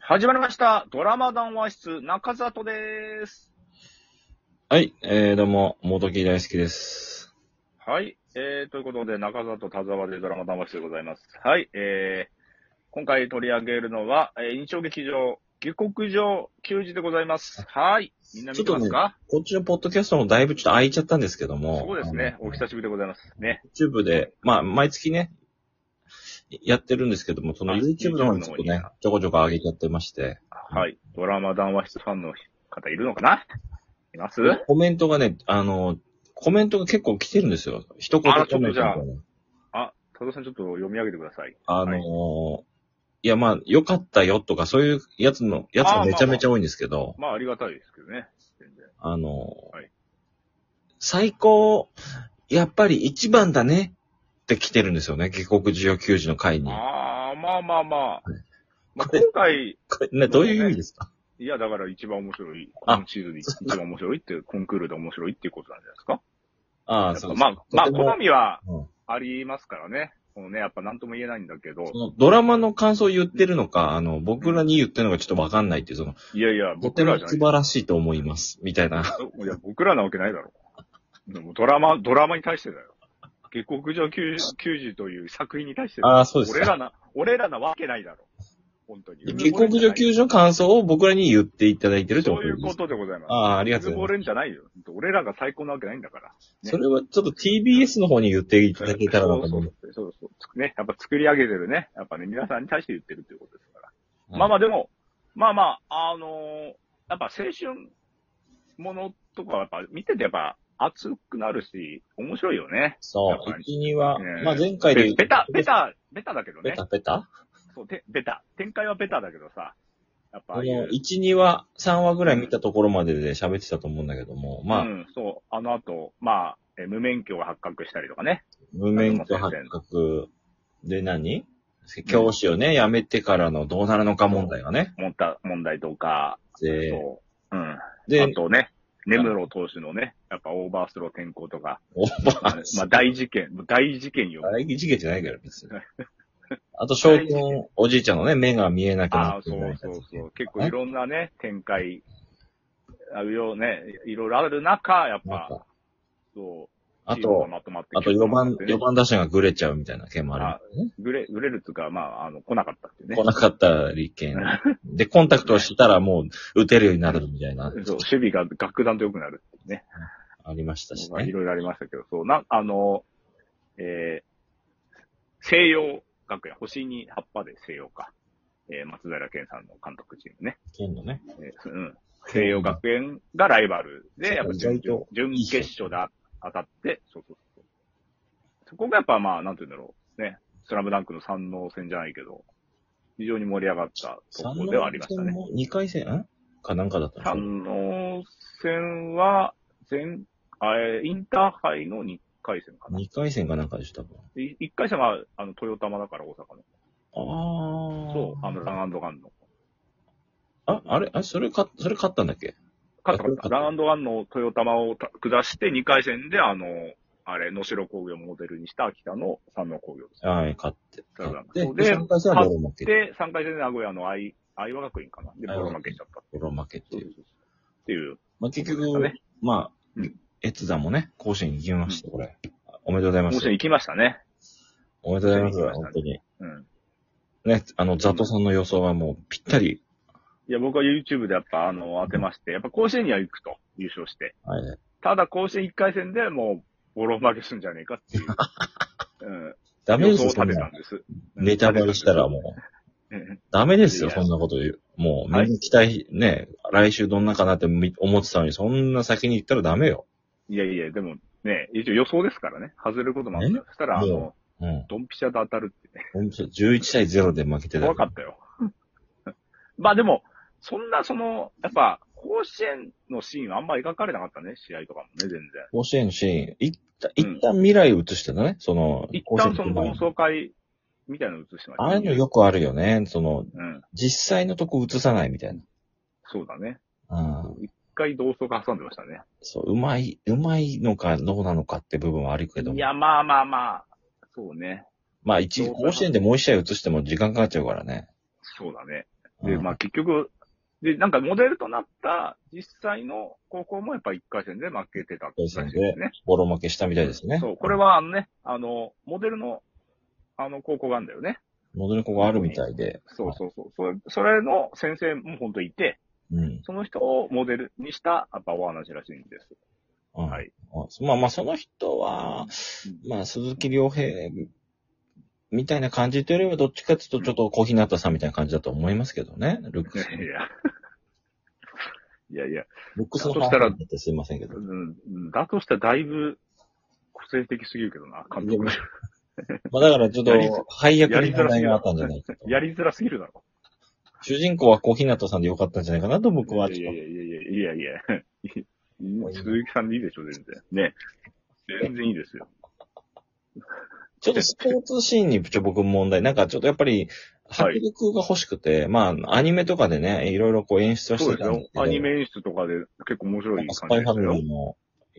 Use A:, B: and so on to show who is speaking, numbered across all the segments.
A: 始まりました。ドラマ談話室、中里です。
B: はい、えー、どうも、もどき大好きです。
A: はい。えー、ということで、中里田沢でドラマ談話室でございます。はい。えー、今回取り上げるのは、えー、印象劇場、下克上球児でございます。はい。みんな見てますか、
B: こっちのポッドキャストもだいぶちょっと空いちゃったんですけども。
A: そうですね。お久しぶりでございます。ね。
B: ぶり。YouTube で、まあ、毎月ね、やってるんですけども、その
A: あ
B: YouTube の方にちょっと
A: YouTube の
B: ね
A: 方、
B: ちょこちょこ上げちゃってまして、
A: はい。ドラマ談話室ファンの方いるのかないます
B: コメントがね、あの、コメントが結構来てるんですよ。一言
A: あらちょっ
B: コ
A: と
B: メン
A: じ
B: ト
A: ゃあ
B: みたいな
A: あ、多田さんちょっと読み上げてください。
B: あのーい、や、まあ、良かったよとか、そういうやつの、やつがめちゃめちゃ多いんですけど、
A: まあ、ありがたいですけどね。全然。
B: あの、
A: はい
B: 最高、やっぱり一番だねって来てるんですよね。下克上球児の会に。
A: ああ、まあまあまあ。まあ、
B: これ
A: 今回、
B: これね、どういう意味ですか
A: いや、だから一番面白い。こ
B: あ
A: のシーズンで一番面白いって、 コンクールで面白いっていうことなんじゃないですか
B: あ
A: やっ
B: あ、
A: ぱ
B: そう
A: まあ、まあ、
B: とても
A: 好みは
B: うん
A: ありますからね。このね、やっぱ何とも言えないんだけど
B: そ、のドラマの感想を言ってるのか、あの、僕らに言ってるのかちょっとわかんないっていう、その、
A: いやいや、
B: と
A: 僕
B: て
A: ら
B: も
A: じゃない
B: 素晴らしいと思います、みた いな。
A: いや、僕らなわけないだろ。でもドラマ、ドラマに対してだよ。下克上球児という作品に対してだよ
B: ああ、そうです
A: 俺
B: か。
A: らな、俺らなわけないだろ。本当に。
B: 下克上球児の感想を僕らに言っていただいてるって
A: そ
B: こ
A: う
B: と
A: い
B: で
A: う
B: す
A: ことでございます。
B: ああ、ありがとう
A: 水
B: ご
A: 漏
B: ざい
A: れんじゃないよ。俺らが最高なわけないんだから。
B: ます。それはちょっと TBS の方に言っていただけたらなと
A: そ
B: 思
A: う
B: う。
A: そうそうそうつくね、やっぱ作り上げてるね。やっぱね、皆さんに対して言ってるっていうことですから。まあまあでも、まあまあ、あのーやっぱ青春ものとかはやっぱ見ててやっぱ熱くなるし、面白いよね。
B: そ
A: やっぱ
B: う、
A: り
B: 一二は
A: ね、
B: まあ前回で
A: べベタ、ベタ、ベタだけど
B: ベ
A: ね。
B: タ、ベタ
A: そう、てベタ。展開はベタだけどさ。やっぱあ
B: あ
A: あい
B: の、
A: う。
B: 1、2話、3話ぐらい見たところまでで喋ってたと思うんだけども、まあ、
A: うん、そう、あの後、まあ、え無免許が発覚したりとかね。
B: 無免許発覚で何教師をね、辞めてからのどうなるのか問題がね。
A: 思った問題とか、
B: で、
A: そう。うん。あ
B: で、
A: とね、根室投手のね、やっぱオーバースロー転向とか、
B: オーバ
A: まあ
B: ー、
A: まあ大事件、大事件よ。
B: 大事件じゃないか ら別に。あと、翔くん、おじいちゃんのね、目が見えなく
A: あ
B: な
A: あ、
B: って
A: そ
B: る
A: うそうそう。結構いろんなね、展開、あるよね、いろいろある中、やっ
B: な
A: ぱ、
B: んか
A: そう。
B: あ
A: チームが
B: と、
A: まとまって
B: あと4番、
A: ね
B: 4番打者がぐれちゃうみたいな件もある、ね。
A: ぐれ、ぐれるっていうか、まあ、あの、来なかったっていうね
B: 来。なかったり件。で、コンタクトしたらもう打てるようになるみたいな、
A: そう、守備が楽団と良くなるっていうね。
B: ありましたし
A: まあい
B: ね。
A: ろいろありましたけど、そう、な、あの、えー、西洋学園、星に葉っぱで西洋か。えー、松平健さんの監督チームね。
B: 剣のね。
A: えーうん。西洋学園がライバルで、やっぱ準
B: 意外と
A: 準決勝で当たって、そうそうそう。そこがやっぱまあ、なんて言うんだろう。ね。スラムダンクの三能戦じゃないけど、非常に盛り上がったところではありましたね。
B: 2回戦んかなんかだったんですよ
A: 三能戦は、前、あえーインターハイの2回戦かな。
B: 二回戦かなんかでした、多分。
A: い一回戦は、あの、豊玉だから、大阪の。
B: ああ。
A: そう、あの、ランガンの。
B: あ、あれあれそれか、それ勝ったんだっけ
A: 勝った勝った。
B: あ
A: ランガンの豊玉をた下して、二回戦で、あの、あれ、能代工業をモデルにした秋田の三能工業です。
B: はい、勝って。
A: そう
B: 勝
A: だ
B: って、
A: そうで
B: で三回戦は泥負け。
A: で、三回戦で名古屋の愛、愛和学院かな。で、ボ
B: 愛和
A: ロ負
B: 学
A: け
B: 院
A: しちゃった。
B: 泥負けって
A: そう
B: い。
A: そううそうっていう。
B: まあ、結
A: そう
B: 局、
A: です
B: まあ
A: うん、
B: 越山もね、甲子園行きました、これ。おめでとうございま
A: 甲
B: す
A: 子園。行きましたね。
B: おめでとうございます、
A: 甲子園行きま
B: 本
A: した
B: 当に。
A: うん。
B: ね、あの、ザトさんの予想はもうぴったり。
A: いや、僕は YouTube でやっぱ、あの、当てまして、やっぱ甲子園には行くと、優勝して。
B: はい。
A: ただ、甲子園一回戦でもう、ボロ負けするんじゃねえかって いう。うん。
B: ダメ
A: 予
B: です
A: 想を立
B: よ、そん
A: てた。
B: なん
A: です。
B: ネタバレしたら
A: う
B: もう。
A: ん。うん
B: ダメですよ、
A: いや
B: そんなこと言う。もう、
A: はい
B: みんな期待、ね、来週どんなかなってみ思ってたのに、そんな先に行ったらダメよ。
A: いやいや、でもね、一応予想ですからね。外れることもあった
B: え
A: よ。そしたら、あの
B: も、うん。
A: ドンピシャで当たるってね。
B: ほんと11対0で負けてた。
A: 怖かったよ。 まあでも、そんなその、やっぱ、甲子園のシーンはあんま描かれなかったね、試合とかもね、全然。
B: 甲子園のシーン、一旦、
A: うん
B: 一旦未来映してたね、その、
A: 一
B: 甲子
A: 旦
B: 園
A: その
B: 前
A: 同窓会みたいなの映してました、
B: ああいうのよくあるよね、その、
A: うん。
B: 実際のとこ映さないみたい
A: そうだね。
B: な。うん。
A: 一回同窓会挟んでましたね。
B: そう、うまい、うまいのかどうなのかって部分はあるけども
A: い。や、まあまあまあ、そうね。
B: まあ、一、
A: そうか
B: 甲子園でもう一試合映しても時間かかっちゃうからね。
A: そうだね。で、
B: うん
A: まあ結局、で、なんかモデルとなった実際の高校もやっぱ一回戦で負けてたって感じですね。
B: ボロ負けしたみたいですね。
A: そう、これ。はあのね、あの、モデルの、あの、高校があるんだよね。
B: モデル子があるみたいで。
A: そうそうそう。それ、それの先生も本当いて、
B: うん。
A: その人をモデルにした、やっぱお話らしいんです。
B: うん
A: はい。
B: あそまあまあ、その人は、まあ、鈴木亮平みたいな感じというよりは、どっちかというと、ちょっと小日向さんみたいな感じだと思いますけどね。ルックス。
A: いやいや、いやいや、
B: ルックスの
A: だとしたら
B: ハーフってすいませんけど
A: う。んうん、だとしたらだいぶ個性的すぎるけどな、監督。
B: まあ、だからちょっ
A: やりづ
B: と、配役
A: や
B: に
A: りづ
B: 問
A: らす
B: 題
A: ぎる
B: があったんじゃないかと。
A: やりづらすぎるだろ。
B: 主人公は小日向さんでよかったんじゃないかなと、僕はちょっと
A: いやいやいやいやいやいや。鈴木さんでいいでしょ、全然。ね。全然いいですよ。
B: ちょっとスポーツシーンにちょ僕問題。なんかちょっとやっぱり、迫力が欲しくて、まあ、アニメとかでね、いろいろこう演出はし
A: そうで
B: て
A: す
B: たんです
A: よ
B: け。ど、
A: アニメ演出とかで結構面白い
B: なんかス
A: 感
B: パ
A: じ
B: イ
A: で
B: ファ
A: す
B: ミ
A: よ
B: リーの、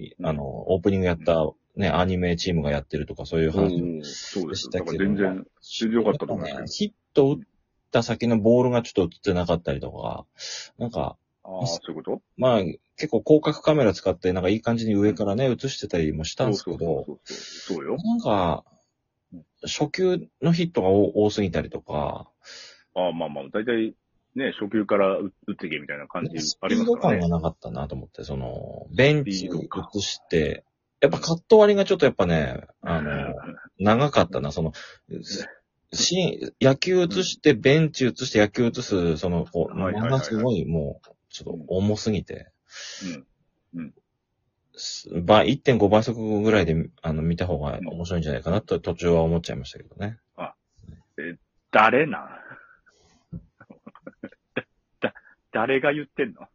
B: いあの、オープニングやった、ね、アニメチームがやってるとか、そういう
A: う
B: 話
A: ん。そうで
B: でし
A: す。
B: た
A: だか
B: け
A: ら
B: ど。
A: 全然、全然良かったと思い
B: なん
A: ま
B: かね
A: す
B: ヒット打った先のボールがちょっと映ってなかったりとか、なんか、
A: ああー、そういうこと
B: まあ、結構広角カメラ使って、なんかいい感じに上からね、映してたりもしたんですけど、
A: そうそうそう。そうよ。
B: なんか、初級のヒットが多多すぎたりとか、
A: ああ、まあまあ、大体、ね、初級から打ってけみたいな感じ
B: ス
A: あ
B: ピ
A: りま
B: ー
A: す
B: ド
A: から
B: 感
A: ね
B: が。なかったなと思って、その、ベンチ
A: スピード
B: に
A: 感
B: 移して、やっぱカット割りがちょっとやっぱね、あの、長かったな、その、すシーン、野球移して、ベンチ移して、野球移す、その、こう、
A: はいはいはい
B: 間
A: はい
B: がすごいもう、ちょっと重すぎて、す倍、1.5倍速ぐらいで、あの、見た方が面白いんじゃないかなと、途中は思っちゃいましたけどね。
A: 誰なん だ、誰が言ってんの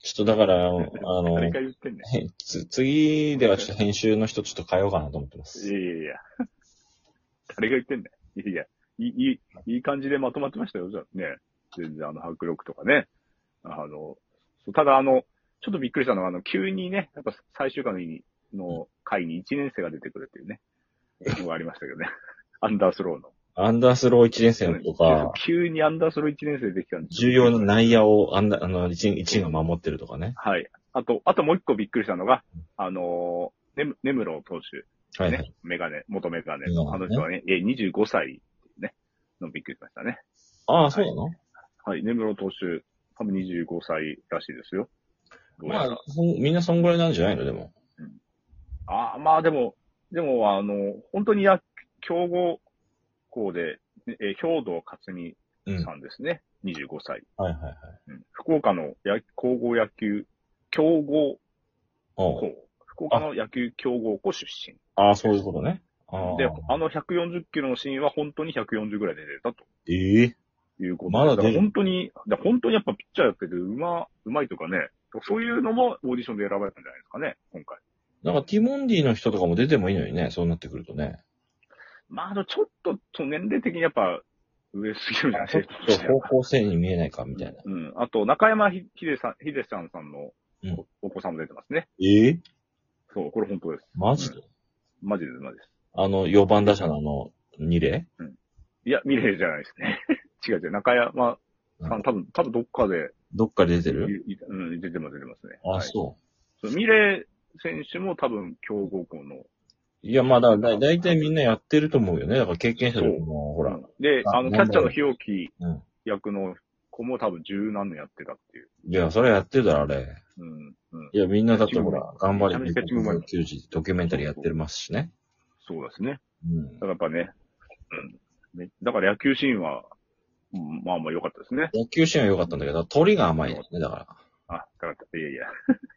B: ちょっとだから、あの、
A: 誰が言ってんねん。
B: へつ次ではちょっと編集の人ちょっと変えようかなと思ってま
A: い
B: す。
A: やいやいや。誰が言ってんねん。いやいや、いい、いいいい感じでまとまってましたよ、じゃあね。全然あの迫力とかね。あの、そうただあの、ちょっとびっくりしたのは、あの、急にね、やっぱ最終回の日の回に1年生が出てくるっていうね、のがありましたけどね。 アンダースローの。
B: アンダースロー1年生とか、
A: 急にアンダースロー1年生できたんです
B: 重要な内野をアンダあの1、一位が守ってるとかね。
A: はい。あと、あともう一個びっくりしたのが、あのー、ネムネムロ投手。
B: はいは
A: ね
B: い。、
A: メガネ、元メガネ
B: うん
A: の、あの人はね、え、25歳、ね、のびっくりしましたね。
B: ああ、そうなの、
A: はい、根室投手、多分25歳らしいですよ。どうや
B: ま
A: ら。
B: あ、そんみんなそんぐらいなんじゃないのでも。
A: あー、まあでも、でも、あの、本当にや、強豪校で、ねえ、兵道克美
B: うん。はい
A: さんですね。25歳、
B: はいはい。
A: うん福岡のや高校野球、強豪
B: おう
A: 校。福岡の野球強豪校出身。
B: ああ、そういうことね。あ
A: で、
B: あ。
A: あの140キロのシーンは本当に140ぐらいで出てたと。
B: ええ
A: いうこと。
B: まだ出る
A: から本当に、だから本当にやっぱピッチャーやってて、うま、うまいというかね、そういうのもオーディションで選ばれたんじゃないですかね、今回。
B: なんかティモンディの人とかも出てもいいのにね、そうなってくるとね。
A: まあ、あのちょっと、と年齢的にやっぱ、上すぎるんじゃない
B: ちょっ
A: です
B: と方向性に見えないか、みたいな。
A: うん。あと、中山ひ秀さん、秀さんさんの
B: うん
A: おお子さんも出てますね。
B: ええ
A: そう、これ本当です。
B: マジで、
A: マジです、マジです。
B: あの、4番打者のあの、2例
A: いや、ミレイじゃないですね。 違う違う、中山さ
B: うん
A: ん、多分、多分どっかで、
B: どっかで出てる
A: いいうん、出てます、出てますね。
B: あ、
A: はい、
B: そう。
A: そうミレイ選手も多分、強豪校の
B: いや、まあだ、だ、だいたいみんなやってると思うよね。だから経験者で
A: そう
B: も、ほら。
A: で、
B: あ
A: あの、
B: 問題
A: キャッチャーの日置
B: うん
A: 役の子も多分十何年やってたっていう。
B: いや、それやってたらあれ。
A: うん、うん。
B: いや、みんなだってほ
A: キャッ
B: ら、頑張れ、
A: めちゃめちゃうまい
B: 球児、ドキュメンタリーやってますしね。
A: そうですね。
B: うん
A: だ。からやっぱね、うんね。だから野球シーンは、うんまあまあ良かったですね。
B: 野球シーンは良かったんだけど、鳥が甘いですね、だから。
A: あ、だから、いやいや、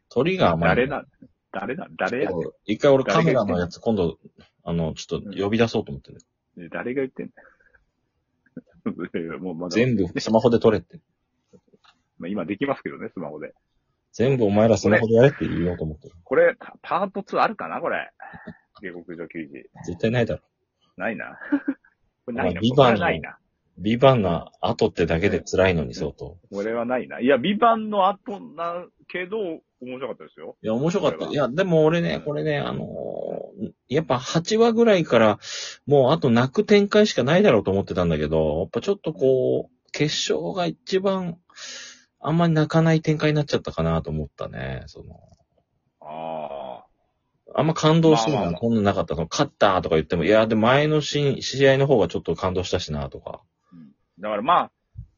B: 鳥が甘い。
A: 誰だ、誰だ、誰や、
B: そう一回俺カメラのやつ、今度、あの、ちょっと呼び出そうと思ってる。
A: 誰が言ってんだよいやいや。 もうまだ、
B: 全部、スマホで撮れって。
A: まあ、今できますけどね、スマホで。
B: 全部お前らスマホでやれって言おうと思ってる。
A: これ、パパート2あるかなこれ。下克上球児。
B: 絶対ないだろ。
A: ないな。 これないな。
B: まあビ
A: これ
B: バン
A: は
B: の
A: ないな。
B: ビバンの後ってだけで辛いのに、相当。
A: 俺はないな。いや、ビバンの後なけど、面白かったですよ。
B: いや、面白かっ
A: これ
B: た。
A: はい
B: や、でも俺ね、これね、あのーやっぱ8話ぐらいから、もうあと泣く展開しかないだろうと思ってたんだけど、やっぱちょっとこう、決勝が一番、あんまり泣かない展開になっちゃったかなと思ったね。その、
A: あ
B: あんま感動するの
A: まあ
B: は
A: まあ
B: こんななかった。その勝ったとか言っても、いや、で、前の試試合の方がちょっと感動したしな、とか。
A: あ。だからまあ、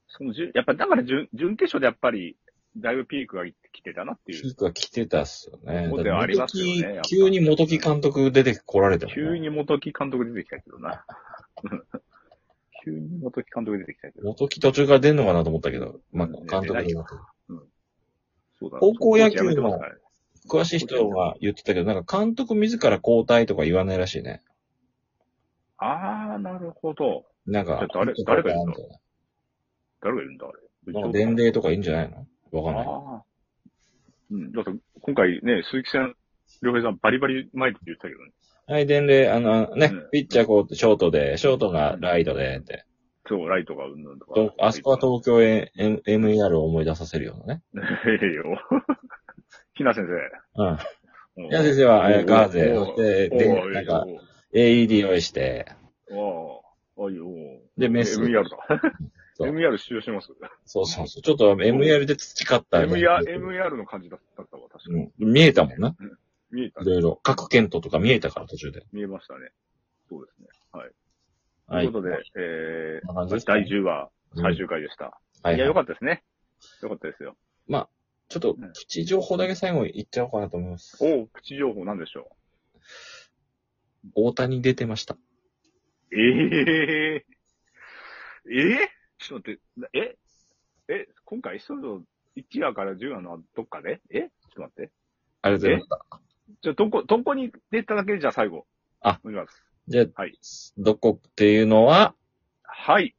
A: そのじゅ、やっぱだから準準決勝でやっぱり、だいぶピークが来てたなって
B: ピ
A: いう。
B: ークが来てたっすよね。
A: そうではありますよね
B: だって
A: やっぱ
B: 急に元木監督出てこられても、ね。
A: 急に元木監督出てきたけどな。急に元木監督出てきたけど。
B: 元木途中から出んのかなと思ったけど、まあ、
A: うん
B: 監督になって。
A: そうだ
B: 高校野球の
A: やめてますからね
B: 詳しい人は言ってたけど、なんか監督自ら交代とか言わないらしいね。
A: あー、なるほど。
B: なんか、
A: ちょっとあれ誰が言うの
B: みたい
A: 誰がいるんだ、あれ。
B: ななんか伝令とかいいんじゃないのわかんない。
A: ああ。うん。だって、今回ね、鈴木さん、良平さん、バリバリ前って言ってたけどね。
B: はい、伝令、あの、ね
A: うん、
B: ピッチャーこう、ショートで、ショートがライトで、って。
A: そう、ライトがうんぬんとか
B: と。あそこは東京へ M- MER を思い出させるようなね。
A: いやいやよ。 ひな先
B: うん。
A: 生。
B: いや、先生は、え
A: お
B: ーガーゼ
A: お
B: をして、
A: お
B: で
A: お、
B: なんか、AED をして、
A: おおあいいよ。
B: で、メス。
A: MR だ。
B: そう
A: MR 使用してます。
B: そうそうそう。ちょっと MR で培った、
A: MR、MR の感じだったわ、確かに。
B: うん見えたもんな。
A: 見えた
B: い、ろいろ。各県ととか見えたから、途中で。
A: 見えましたね。そうですね。はい。
B: はい。
A: ということで、え
B: こんな感じで
A: ー、
B: すか
A: 第10話、
B: うん
A: 最終回でした。
B: はい
A: いや、よかったですね。よかったですよ。
B: ちょっと、プチ情報だけ最後言っちゃおうかなと思います。
A: おう、プチ情報なんでしょう
B: 大谷出てました。
A: ええええちょっと待って、ええ今回、その1話から10話のどっかでえちょっと待って。
B: ありがとうございました。
A: じゃあ、どこ、どこに出ただけじゃあ最後。
B: あ、
A: お願いします。
B: じゃあ、
A: はい
B: どこっていうのは、
A: はい。